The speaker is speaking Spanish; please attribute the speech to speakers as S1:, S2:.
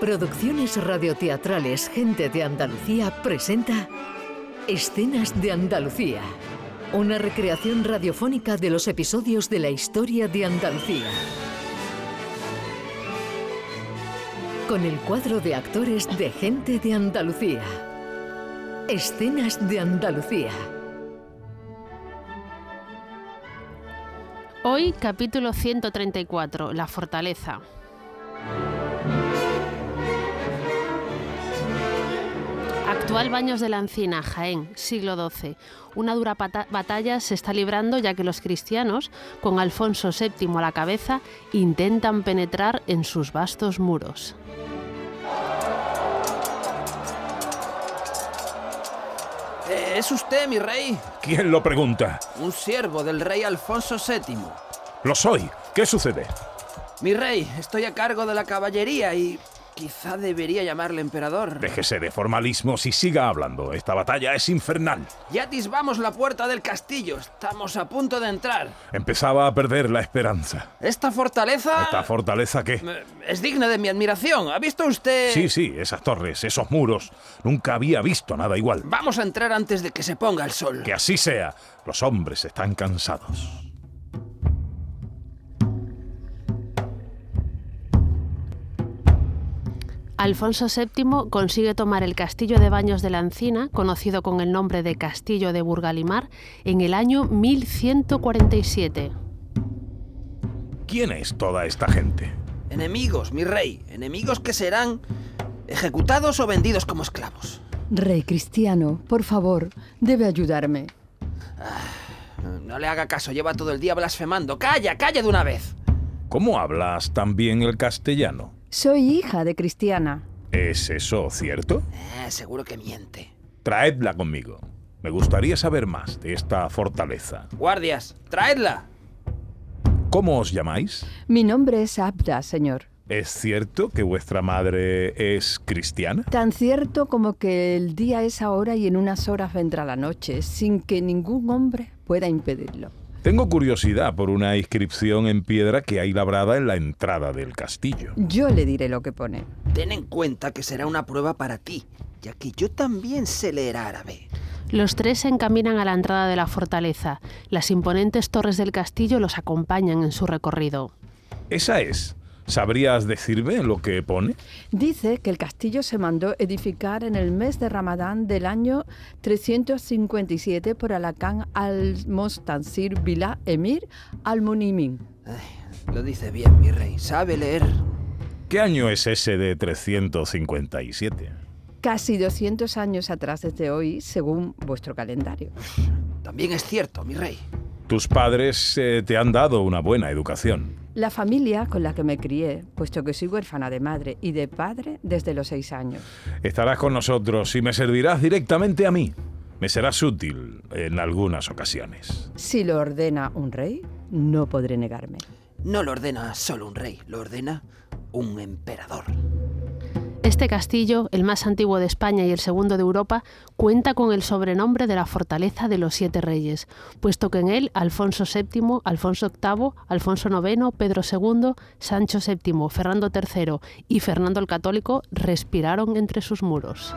S1: Producciones radioteatrales Gente de Andalucía presenta Escenas de Andalucía. Una recreación radiofónica de los episodios de la historia de Andalucía. Con el cuadro de actores de Gente de Andalucía. Escenas de Andalucía.
S2: Hoy capítulo 134, La Fortaleza. Actual Baños de la Encina, Jaén, siglo XII. Una dura pata- batalla se está librando ya que los cristianos, con Alfonso VII a la cabeza, intentan penetrar en sus vastos muros.
S3: Eh, ¿Es usted mi rey?
S4: ¿Quién lo pregunta?
S3: Un siervo del rey Alfonso VII.
S4: Lo soy. ¿Qué sucede?
S3: Mi rey, estoy a cargo de la caballería y quizá debería llamarle emperador.
S4: Déjese de formalismos y siga hablando. Esta batalla es infernal.
S3: Ya atisbamos la puerta del castillo. Estamos a punto de entrar.
S4: Empezaba a perder la esperanza.
S3: Esta fortaleza
S4: ¿Esta fortaleza qué?
S3: eh, es digna de mi admiración. ¿Ha visto usted?
S4: Sí, sí, esas torres, esos muros. Nunca había visto nada igual.
S3: Vamos a entrar antes de que se ponga el sol.
S4: Que así sea. Los hombres están cansados.
S2: Alfonso VII consigue tomar el castillo de Baños de la Encina, conocido con el nombre de Castillo de Burgalimar, en el año 1147.
S4: ¿Quién es toda esta gente?
S3: Enemigos, mi rey. Enemigos que serán ejecutados o vendidos como esclavos.
S5: Rey Cristiano, por favor, debe ayudarme.
S3: Eh, No le haga caso, lleva todo el día blasfemando. ¡Calla, calla de una vez!
S4: ¿Cómo hablas tan bien el castellano?
S5: Soy hija de Cristiana.
S4: ¿Es eso cierto?
S3: Eh, seguro que miente.
S4: Traedla conmigo. Me gustaría saber más de esta fortaleza.
S3: Guardias, traedla.
S4: ¿Cómo os llamáis?
S5: Mi nombre es Abda, señor.
S4: ¿Es cierto que vuestra madre es cristiana?
S5: Tan cierto como que el día es ahora y en unas horas vendrá la noche, sin que ningún hombre pueda impedirlo.
S4: Tengo curiosidad por una inscripción en piedra que hay labrada en la entrada del castillo.
S5: Yo le diré lo que pone.
S3: Ten en cuenta que será una prueba para ti, ya que yo también sé leer árabe.
S2: Los tres se encaminan a la entrada de la fortaleza. Las imponentes torres del castillo los acompañan en su recorrido.
S4: Esa es. ¿Sabrías decirme lo que pone?
S5: Dice que el castillo se mandó edificar en el mes de Ramadán del año 357 por Alacán al-Mostansir Bilá Emir al-Munimin.
S3: Ay, lo dice bien mi rey, sabe leer.
S4: ¿Qué año es ese de 357?
S5: Casi 200 años atrás desde hoy, según vuestro calendario.
S3: También es cierto, mi rey.
S4: Tus padres eh, te han dado una buena educación.
S5: La familia con la que me crié, puesto que soy huérfana de madre y de padre desde los seis años.
S4: Estarás con nosotros y me servirás directamente a mí. Me serás útil en algunas ocasiones.
S5: Si lo ordena un rey, no podré negarme.
S3: No lo ordena solo un rey, lo ordena un emperador.
S2: Este castillo, el más antiguo de España y el segundo de Europa, cuenta con el sobrenombre de la Fortaleza de los Siete Reyes, puesto que en él Alfonso VII, Alfonso VIII, Alfonso IX, Pedro II, Sancho VII, Fernando III y Fernando el Católico respiraron entre sus muros.